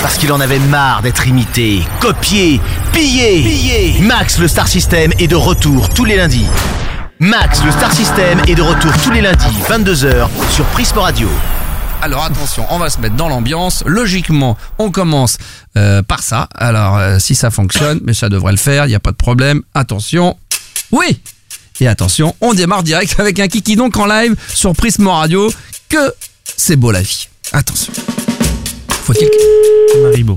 parce qu'il en avait marre d'être imité, copié, pillé. Max le Star System est de retour tous les lundis. Max le Star System est de retour tous les lundis, 22h, sur Prismo Radio. Alors attention, on va se mettre dans l'ambiance. Logiquement, on commence euh, par ça. Alors euh, si ça fonctionne, mais ça devrait le faire, il n'y a pas de problème. Attention. Oui Et attention, on démarre direct avec un kiki donc en live sur Prismo Radio. Que c'est beau la vie. Attention. Faut-il... que- Maribo.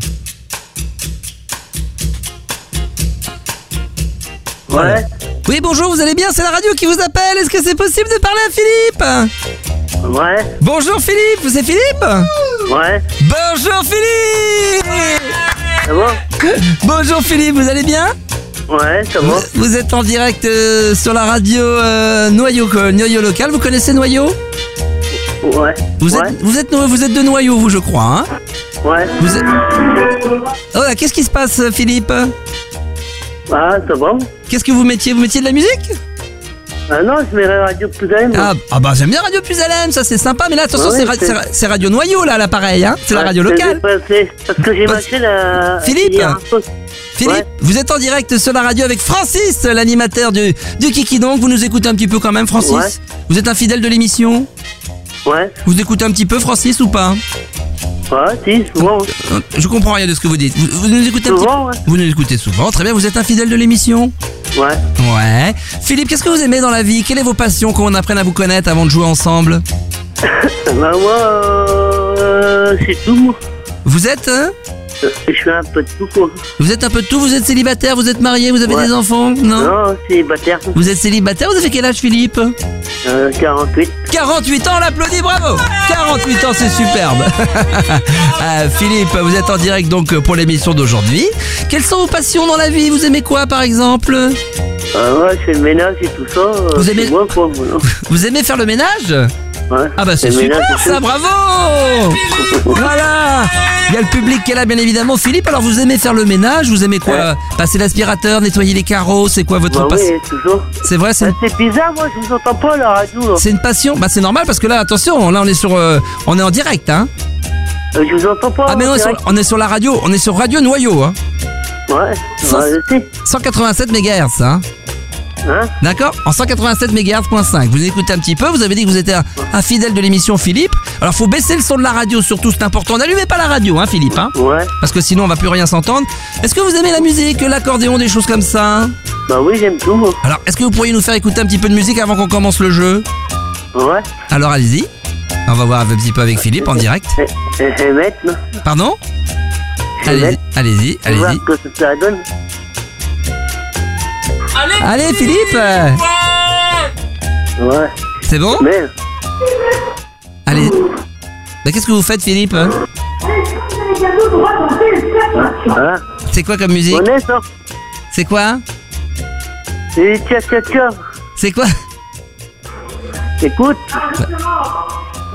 Ouais, Oui, bonjour, vous allez bien C'est la radio qui vous appelle. Est-ce que c'est possible de parler à Philippe ouais, Bonjour Philippe, c'est Philippe ouais. Bonjour Philippe Ça va Bonjour Philippe, vous allez bien Ouais, ça va. vous, vous êtes en direct euh, sur la radio euh, Noyau, euh, Noyau Local, vous connaissez Noyau Ouais, vous ouais, êtes, vous, êtes, no- vous êtes de Noyau, vous je crois. Hein ouais. vous êtes... Oh là, qu'est-ce qui se passe euh, Philippe Ah, ça va Qu'est-ce que vous mettiez Vous mettiez de la musique Ah non, je mets la radio plus d'aime. ah, ah bah j'aime bien Radio Puisalem, ça c'est sympa, mais là attention Ouais, c'est ra- c'est- c'est ra- c'est Radio Noyau là l'appareil, hein c'est la radio locale. Parce que j'ai Parce- marché la... Philippe hier. Philippe, Ouais. vous êtes en direct sur la radio avec Francis, l'animateur du, du Kiki Donc. Vous nous écoutez un petit peu quand même, Francis Ouais. Vous êtes un fidèle de l'émission Ouais, Vous écoutez un petit peu, Francis, ou pas ouais, si, souvent. Euh, Je comprends rien de ce que vous dites. Vous, vous nous écoutez un petit Souvent, ouais. Vous nous écoutez souvent, très bien. Vous êtes un fidèle de l'émission Ouais. Ouais. Philippe, qu'est-ce que vous aimez dans la vie Quelle est vos passions qu'on apprenne à vous connaître avant de jouer ensemble Bah moi, euh, c'est tout. moi. Vous êtes hein Euh, Je suis un peu de tout, quoi. Vous êtes un peu de tout Vous êtes célibataire Vous êtes marié Vous avez Ouais. des enfants Non Non, c'est bâtard. Vous êtes célibataire Vous avez quel âge, Philippe Euh, 48. 48 ans, on l'applaudit, bravo 48 ans, c'est superbe Euh, Philippe, vous êtes en direct donc pour l'émission d'aujourd'hui. Quelles sont vos passions dans la vie Vous aimez quoi par exemple Euh, ouais, je fais le ménage et tout ça. euh, Vous c'est aimez- Moi, quoi, moi, non. Vous aimez faire le ménage Ouais. Ah bah c'est Le ménage, super c'est ça, tout. bravo Voilà Il y a le public qui est là bien évidemment. Philippe, alors vous aimez faire le ménage Vous aimez quoi euh, Ouais. Passer l'aspirateur, nettoyer les carreaux C'est quoi votre Bah passe- oui, toujours. C'est vrai, c'est Ah, C'est bizarre, moi, je vous entends pas à la radio. là. c'est une passion Bah c'est normal parce que là, attention, là on est sur, euh, on est en direct, hein Euh, Je vous entends pas. Ah mais en non, on est direct. sur- on est sur la radio, on est sur Radio Noyau, hein Ouais, Ça, ouais, je sais. 187 MHz, hein Hein D'accord En 187 MHz.5. Vous écoutez un petit peu, vous avez dit que vous étiez un, un fidèle de l'émission Philippe. Alors faut baisser le son de la radio surtout, c'est important. N'allumez pas la radio, hein Philippe, hein Ouais. Parce que sinon on va plus rien s'entendre. Est-ce que vous aimez la musique, l'accordéon, des choses comme ça hein Bah oui, j'aime tout. moi. Alors est-ce que vous pourriez nous faire écouter un petit peu de musique avant qu'on commence le jeu Ouais. Alors allez-y. On va voir un petit peu avec Philippe en direct. Et, et, et maintenant, Pardon Allez-y, allez-y, on va voir allez-y. ce que ça donne. Allez Philippe euh, Ouais. C'est bon Mais, Allez. Bah, qu'est-ce que vous faites Philippe hein, C'est quoi comme musique on est ça. C'est quoi Et tiens, tiens, tiens. C'est quoi Écoute.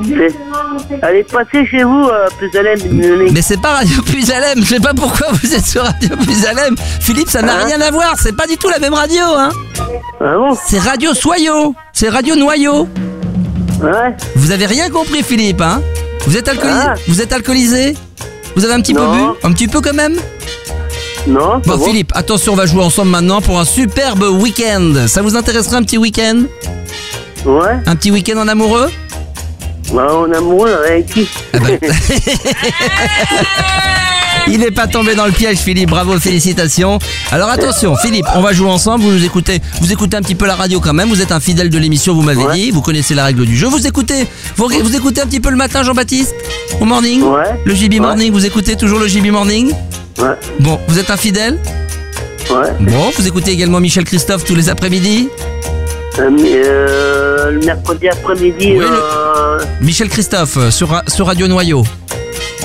C'est- Allez passer chez vous, euh, plus à l'aide. Mais c'est pas Radio Puisalem, je sais pas pourquoi vous êtes sur Radio Puisalem. Philippe, ça n'a Hein rien à voir, c'est pas du tout la même radio, hein. Ah bon C'est Radio Soyaux, c'est Radio Noyau. Ouais. Vous avez rien compris, Philippe, hein. Vous êtes alcoolisé, Ah. vous êtes alcoolisé. Vous avez un petit peu Non. Ah bu Un petit peu quand même Non. Bon, ça va. Philippe, attention, on va jouer ensemble maintenant pour un superbe week-end. Ça vous intéresserait un petit week-end Ouais. Un petit week-end en amoureux Bah, on est amoureux avec qui Ah Il n'est pas tombé dans le piège, Philippe. Bravo, félicitations. Alors attention, Philippe, on va jouer ensemble. Vous nous écoutez, vous écoutez un petit peu la radio quand même. Vous êtes un fidèle de l'émission, vous m'avez Ouais. dit. Vous connaissez la règle du jeu. Vous écoutez, vous, vous écoutez un petit peu le matin, Jean-Baptiste, au morning. Ouais. Le JB Ouais. Morning, vous écoutez toujours le JB Morning Ouais. Bon, vous êtes un fidèle Ouais. Bon, vous écoutez également Michel Christophe tous les après-midi Euh, mais, euh, le mercredi après-midi. Oui, le- euh, Michel Christophe euh, sur, Ra- sur Radio Noyau.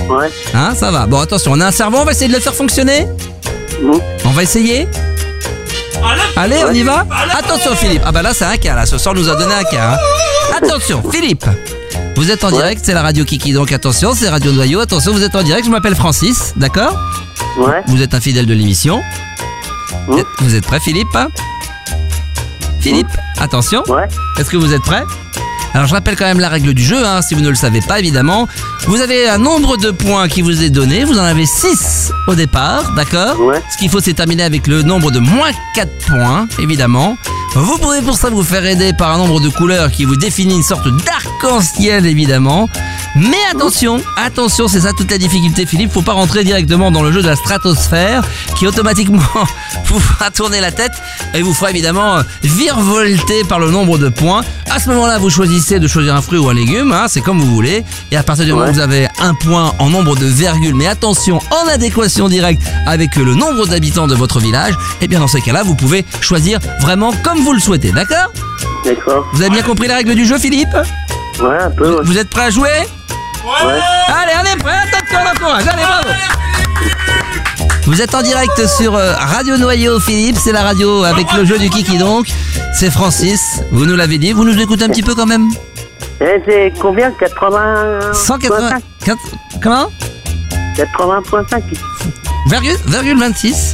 Ouais. Hein, ça va. Bon, attention, on a un cerveau, on va essayer de le faire fonctionner Bon. On va essayer Allez, on y va Attention Philippe Ah bah là c'est un cas là, ce soir nous a donné un cas hein. Attention Philippe Vous êtes en Ouais. direct, c'est la radio Kiki donc attention, c'est Radio Noyau, attention vous êtes en direct, je m'appelle Francis, d'accord Ouais. Vous êtes un fidèle de l'émission Mm. Vous êtes prêt Philippe Philippe, attention, Ouais. est-ce que vous êtes prêt Alors je rappelle quand même la règle du jeu, hein, si vous ne le savez pas évidemment. Vous avez un nombre de points qui vous est donné, vous en avez 6 au départ, d'accord Ouais. Ce qu'il faut c'est terminer avec le nombre de moins 4 points, évidemment. Vous pouvez pour ça vous faire aider par un nombre de couleurs qui vous définit une sorte d'arc-en-ciel, évidemment. Mais attention, attention, c'est ça toute la difficulté, Philippe. Faut pas rentrer directement dans le jeu de la stratosphère qui automatiquement vous fera tourner la tête et vous fera évidemment euh, virevolter par le nombre de points. À ce moment-là, vous choisissez de choisir un fruit ou un légume, hein, c'est comme vous voulez. Et à partir du moment où Ouais. vous avez un point en nombre de virgules, mais attention, en adéquation directe avec le nombre d'habitants de votre village, et bien dans ces cas-là, vous pouvez choisir vraiment comme vous le souhaitez, d'accord D'accord. Vous avez bien compris les règles du jeu, Philippe Ouais, un peu, ouais. Vous êtes prêts à jouer Ouais. Allez, on est prêts, attention, on encourage, allez, bravo Vous êtes en direct sur euh, Radio Noyau, Philippe, c'est la radio avec le jeu du Kiki donc. C'est Francis, vous nous l'avez dit, vous nous écoutez un petit peu quand même Eh, c'est combien 80... 180... 80.5 quat- Comment 80.5 Virgule, virgule 26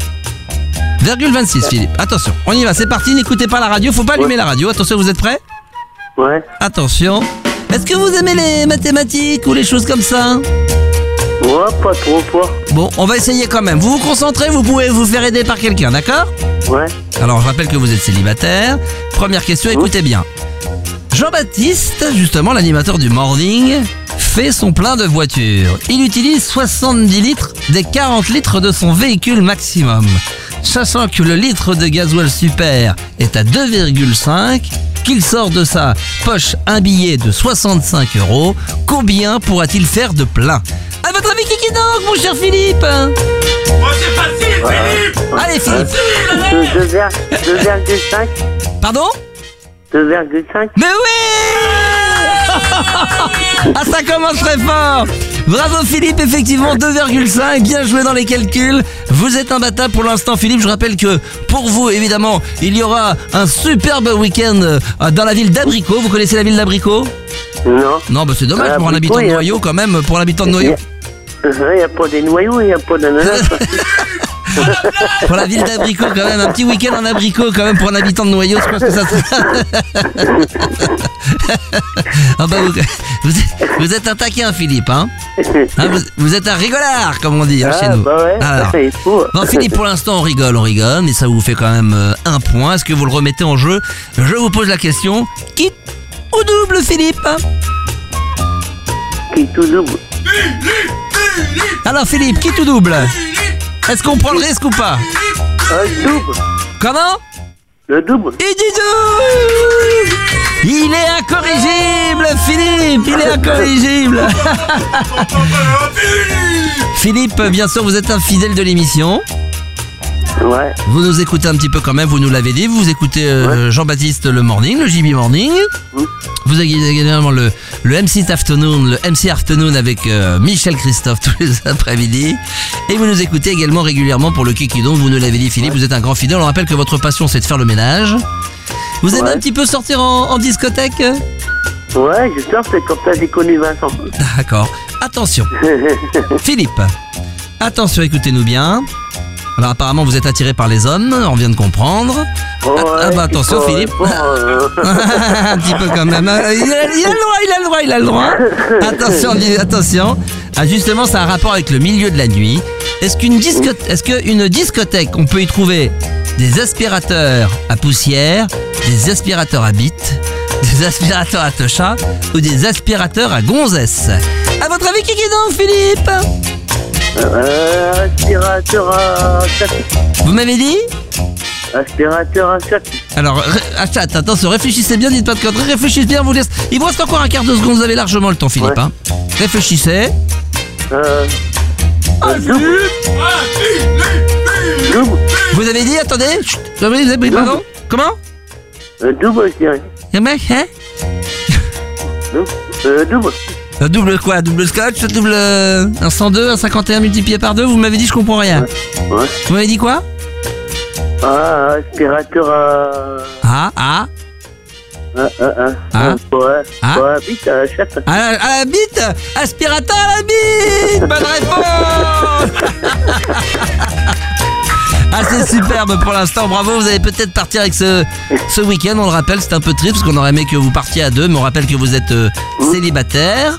Virgule 26, Philippe. Attention, on y va, c'est parti, n'écoutez pas la radio, faut pas allumer la radio. Attention, vous êtes prêts Ouais. Attention. Est-ce que vous aimez les mathématiques ou les choses comme ça Ouais, pas trop fort. Bon, on va essayer quand même. Vous vous concentrez, vous pouvez vous faire aider par quelqu'un, d'accord Ouais. Alors, je rappelle que vous êtes célibataire. Première question, écoutez bien. Jean-Baptiste, justement l'animateur du morning, fait son plein de voitures. Il utilise 70 litres des 40 litres de son véhicule maximum. Sachant que le litre de gasoil super est à 2,5, qu'il sort de sa poche un billet de 65 euros, combien pourra-t-il faire de plein À votre avis, qui qui donc, mon cher Philippe Moi c'est facile, Philippe Allez, Philippe. De- 2,5 Pardon 2,5 Mais oui Ah ça commence très fort Bravo Philippe, effectivement 2,5, bien joué dans les calculs. Vous êtes imbattable pour l'instant Philippe, je rappelle que pour vous évidemment, il y aura un superbe week-end euh, dans la ville d'Abricot. Vous connaissez la ville d'Abricot Non. Non bah c'est dommage Ah, pour un habitant Abricot, de il y a- Noyau quand même, pour l'habitant de Il Noyau. n'y Euh, a pas des noyaux, il n'y a pas d'ananas. Pour la ville d'Abricot quand même, un petit week-end en abricot quand même pour un habitant de Noyau, je pense que ça ah bah vous, vous êtes, vous êtes un taquin Philippe hein Hein, vous, vous êtes un rigolard, comme on dit hein, chez ah, nous. bah ouais, Alors, c'est fou. hein. bon, Philippe, pour l'instant, on rigole, on rigole, mais ça vous fait quand même euh, un point. Est-ce que vous le remettez en jeu Je vous pose la question quitte ou double, Philippe Qui est tout double. Alors, Philippe, quitte ou double Est-ce qu'on prend le risque ou pas Ah, le double. Comment Le double. Il dit double Il est incorrigible, Philippe Il est incorrigible Philippe, bien sûr, vous êtes un fidèle de l'émission. Ouais. Vous nous écoutez un petit peu quand même, vous nous l'avez dit, vous écoutez euh, Jean-Baptiste le morning, le JB morning. Oui. Vous avez également le, le MC Afternoon, le MC Afternoon avec euh, Michel Christophe tous les après-midi. Et vous nous écoutez également régulièrement pour le Kikidon, vous nous l'avez dit Philippe, vous êtes un grand fidèle. On rappelle que votre passion c'est de faire le ménage. Vous aimez Ouais. un petit peu sortir en, en discothèque Ouais, je sors, c'est comme ça j'ai connu Vincent. D'accord. Attention, Ah, Philippe, attention, écoutez-nous bien. Alors apparemment vous êtes attiré par les hommes, on vient de comprendre. Oh, Ah, bah, c'est attention, pas- Philippe. bon, euh, un petit peu quand même. Euh, Il a, il a le droit, il a le droit, il a le droit. Attention, dis- attention. Ah, justement, ça a un rapport avec le milieu de la nuit. Est-ce qu'une discothèque, est-ce qu'une discothèque, on peut y trouver des aspirateurs à poussière, des aspirateurs à bites, des aspirateurs à tocha ou des aspirateurs à gonzesse À votre avis, qui est donc, Philippe euh, aspirateur à chat. Vous m'avez dit Aspirateur à chat. Alors, ré- attends, attends, attends, réfléchissez bien, dites pas de conneries, réfléchissez bien, vous laisse. Il vous reste encore un quart de seconde, vous avez largement le temps, Philippe. Ouais. hein. Réfléchissez. Euh, euh, double. Double. Vous avez dit, attendez, chut, vous avez vous avez- pardon Comment Euh, double, je dirais. Le mec, hein Double. Euh, double. Un Double quoi Double scotch Double. euh, Un 102, un 51 multiplié par 2 Vous m'avez dit, je comprends rien. Ouais. Vous m'avez dit quoi Ah, aspirateur à. Ah, ah, Ah, ah, ah. Ah. Ouais, Ah. ouais, vite, à chat. à la, à la bite Aspirateur à la bite Bonne réponse Ah, c'est super superbe pour l'instant, bravo, vous allez peut-être partir avec ce, ce week-end, on le rappelle, c'est un peu triste parce qu'on aurait aimé que vous partiez à deux, mais on rappelle que vous êtes euh, célibataire.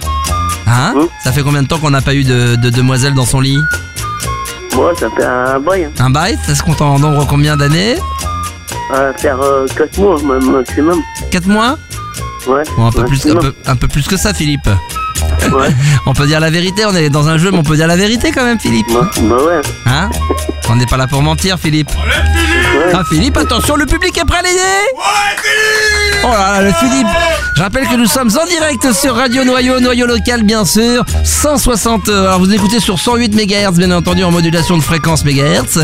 Hein Mm. Ça fait combien de temps qu'on n'a pas eu de, de demoiselle dans son lit Moi, ça fait un bail. hein. Un bail Ça se compte en nombre combien d'années Ça va faire 4 mois ma- maximum. Quatre mois Ouais. Bon, un peu, plus, un, maximum. peu, un peu plus que ça, Philippe. Ouais. On peut dire la vérité, on est dans un jeu, mais on peut dire la vérité quand même, Philippe. bah, bah ouais. Hein On n'est pas là pour mentir, Philippe. Enlève Philippe Ouais. Ah, Philippe, attention, le public est prêt à l'aider Ouais, Philippe Oh là là, le Philippe Je rappelle que nous sommes en direct sur Radio Noyau, Noyau Local, bien sûr. 160, euh, alors vous écoutez sur 108 MHz, bien entendu, en modulation de fréquence MHz.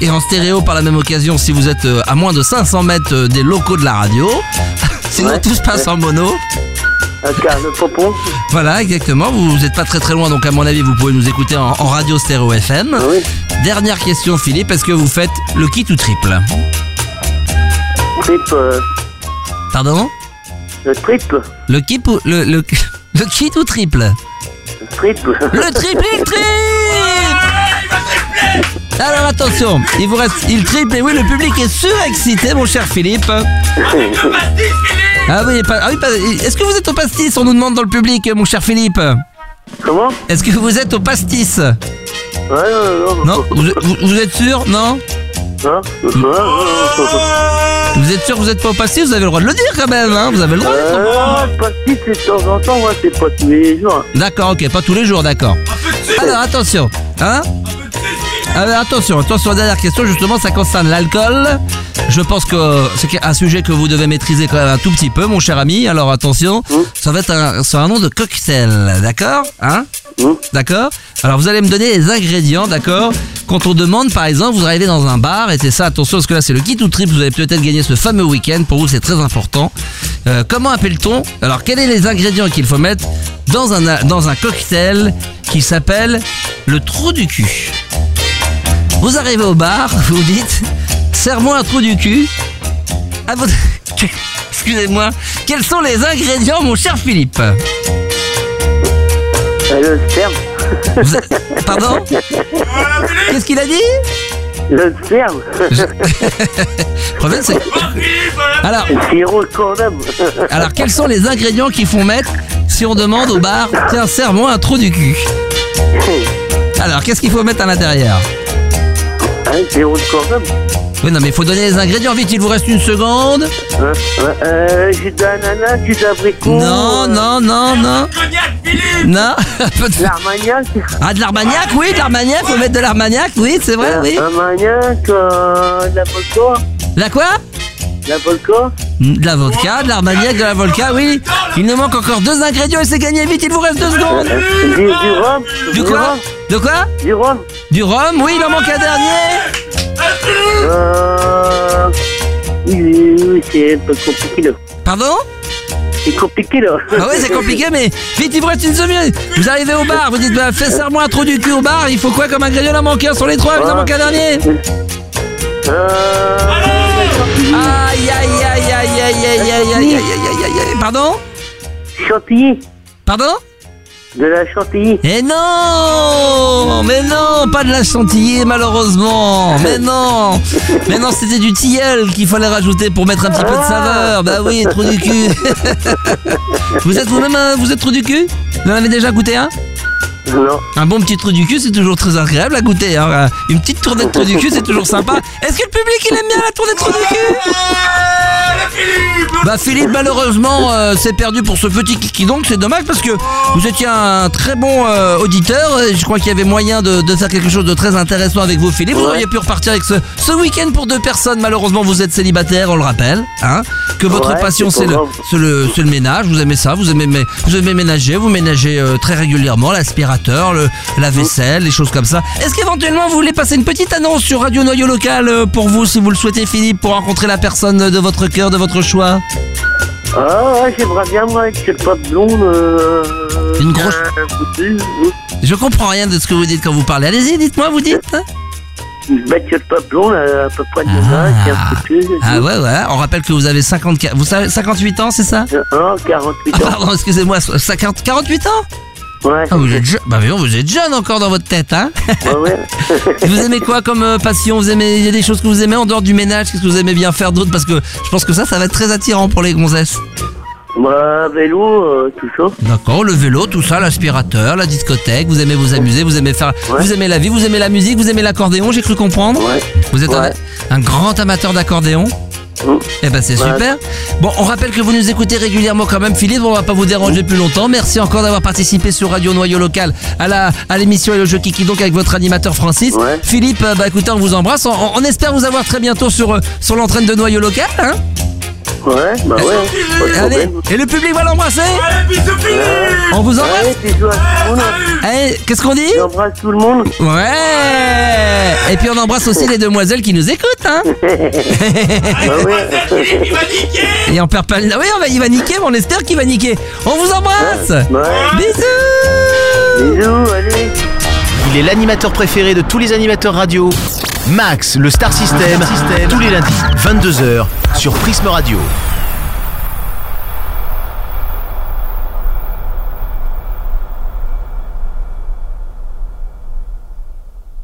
Et, et en stéréo, par la même occasion, si vous êtes euh, à moins de 500 mètres euh, des locaux de la radio. Sinon, Ouais. tout se passe en mono. Un quart de pompon. Voilà, exactement. Vous n'êtes pas très très loin, donc à mon avis, vous pouvez nous écouter en, en radio stéréo FM. Ah oui. Dernière question, Philippe. Est-ce que vous faites le kit ou triple Trip. euh, Pardon le trip. Le kit ou le, le, le kit ou triple Le trip. Le triple, il triple Alors attention, il vous reste, il triple. Et oui, le public est surexcité, mon cher Philippe. Pastis, Philippe Ah oui, pas- ah oui, pas- est-ce que vous êtes au pastis On nous demande dans le public, mon cher Philippe. Comment Est-ce que vous êtes au pastis Ouais, non, non. Non vous, vous- vous êtes sûr Non Hein Ouais, ouais, ouais. Vous êtes sûr que vous êtes pas au pastis Vous avez le droit de le dire quand même, hein Vous avez le droit. Euh, pas si c'est de temps en temps, ouais, c'est pas tous les jours. D'accord, ok, pas tous les jours, d'accord. Un peu de sucre Alors attention, hein Un peu de sucre Alors, attention, attention, dernière question, justement, ça concerne l'alcool. Je pense que c'est un sujet que vous devez maîtriser quand même un tout petit peu, mon cher ami. Alors attention, ça va être un, sur un nom de cocktail, d'accord Hein Mmh. D'accord Alors vous allez me donner les ingrédients, d'accord Quand on demande, par exemple, vous arrivez dans un bar, et c'est ça, attention, parce que là c'est le kit ou trip, vous allez peut-être gagner ce fameux week-end, pour vous c'est très important. Euh, comment appelle-t-on Alors quels sont les ingrédients qu'il faut mettre dans un, dans un cocktail qui s'appelle le trou du cul Vous arrivez au bar, vous dites, serre-moi un trou du cul. À votre... Excusez-moi, quels sont les ingrédients, mon cher Philippe Euh, Le sperme. Vous a- Pardon Voilà, Philippe Qu'est-ce qu'il a dit Le sperme. Le problème, c'est- Oh, Philippe, voilà Alors, Sirop de condom. alors, quels sont les ingrédients qu'il faut mettre si on demande au bar Tiens, serre-moi un trou du cul. Alors, qu'est-ce qu'il faut mettre à l'intérieur Hein, sirop de condom. Oui, non, mais il faut donner les ingrédients vite, il vous reste une seconde. Hein, hein, euh, jus d'ananas, jus d'abricot. Non, euh, non, non, non. Oh. Cognac, Philippe Non Pas de- L'armagnac. Ah, de l'armagnac, oui, de l'armagnac, faut mettre de l'armagnac, oui, c'est vrai, oui. L'armagnac, euh, de la vodka. La quoi De La vodka. De la vodka, de l'armagnac, de la vodka, oui. Il nous manque encore deux ingrédients et c'est gagné vite, il vous reste deux secondes. Du, du rhum. Euh, Du quoi rhum, De quoi Du rhum. Du rhum, oui, il en manque un dernier. Euh... Oui, oui, oui, c'est un peu compliqué là. Pardon C'est compliqué là. Ah ouais, c'est compliqué, mais vite, il vous reste une semaine. Vous arrivez au bar, vous dites, bah, fais serre-moi un trou du cul au bar, il faut quoi comme ingrédient Il en manque un sur les trois, il en manque un dernier. Euh... Aïe, aïe, aïe, aïe, aïe, aïe, aïe, aïe, aïe, aïe, aïe, aïe, aïe. Pardon Chantilly. Pardon De la chantilly. Eh non Mais non Pas de la chantilly, malheureusement Mais non Mais non, c'était du tilleul qu'il fallait rajouter pour mettre un petit peu de saveur Bah oui, trou du cul Vous êtes vous-même un- Vous êtes trou du cul Vous en avez déjà goûté un Non. Un bon petit trou du cul, c'est toujours très agréable à goûter. hein. Une petite tournée de trou du cul, c'est toujours sympa. Est-ce que le public il aime bien la tournée de trou du cul Voilà, Ah, Philippe Bah Philippe, malheureusement, euh, c'est perdu pour ce petit kiki donc. C'est dommage parce que vous étiez un très bon euh, auditeur. Et je crois qu'il y avait moyen de, de faire quelque chose de très intéressant avec vous, Philippe. Vous Ouais. auriez pu repartir avec ce, ce week-end pour deux personnes. Malheureusement, vous êtes célibataire, on le rappelle. Hein que votre Ouais, passion, c'est c'est pas le, grave. c'est le, c'est le ménage. Vous aimez ça. Vous aimez, mé- vous aimez ménager. Vous ménagez euh, très régulièrement l'aspirateur, le, la vaisselle, les choses comme ça. Est-ce qu'éventuellement, vous voulez passer une petite annonce sur Radio Noyau Local euh, pour vous, si vous le souhaitez, Philippe, pour rencontrer la personne de votre cœur, de votre choix Ah ouais, j'aimerais bien moi que cette pote blonde. Euh... Une grosse- euh, foutue, oui. Je comprends rien de ce que vous dites quand vous parlez. Allez-y, dites-moi, vous dites. Une bête cette pote blonde euh, à peu près de Ah. l'âge, qui est un foutue. Ah ouais, ouais. On rappelle que vous avez 54, vous savez, 58 ans, c'est ça Euh, hein, 48 ah, ans. pardon, excusez-moi, 50 48 ans Ouais. Ah, vous êtes jeune. Bah, voyons, vous êtes jeune encore dans votre tête, hein Ouais, ouais. Vous aimez quoi comme euh, passion Vous aimez Il y a des choses que vous aimez en dehors du ménage Qu'est-ce que vous aimez bien faire d'autre Parce que je pense que ça, ça va être très attirant pour les gonzesses. Bah, vélo, euh, tout ça. D'accord, le vélo, tout ça, l'aspirateur, la discothèque. Vous aimez vous amuser, vous aimez faire, Ouais. vous aimez la vie, vous aimez la musique, vous aimez l'accordéon. J'ai cru comprendre. Ouais. Vous êtes un- Ouais. un, grand amateur d'accordéon Mm. Eh ben c'est Ouais. super. Bon, on rappelle que vous nous écoutez régulièrement quand même, Philippe. On va pas vous déranger plus longtemps. Merci encore d'avoir participé sur Radio Noyau Local à la à l'émission et le jeu Kiki donc avec votre animateur Francis. Ouais. Philippe, euh, bah écoutez, on vous embrasse. On, on- on espère vous avoir très bientôt sur euh, sur l'entraîne de Noyau Local. hein. Ouais, bah ouais. Pas Allez, de problème. et le public va l'embrasser. Allez, bisous, Philippe On vous embrasse. Ouais, bisous à tout le monde. Salut Eh, qu'est-ce qu'on dit J'embrasse tout le monde. Ouais. Et puis on embrasse aussi les demoiselles qui nous écoutent. Hein. Bah ouais. Mademoiselle Philippe, il m'a niqué Et on perd pas le... Ah Oui, on va- il va niquer, mais on espère qu'il va niquer. On vous embrasse Ouais. Bisous Bisous, allez. Il est l'animateur préféré de tous les animateurs radio. Max, le Star System, tous les lundis, 22h, sur Prisme Radio.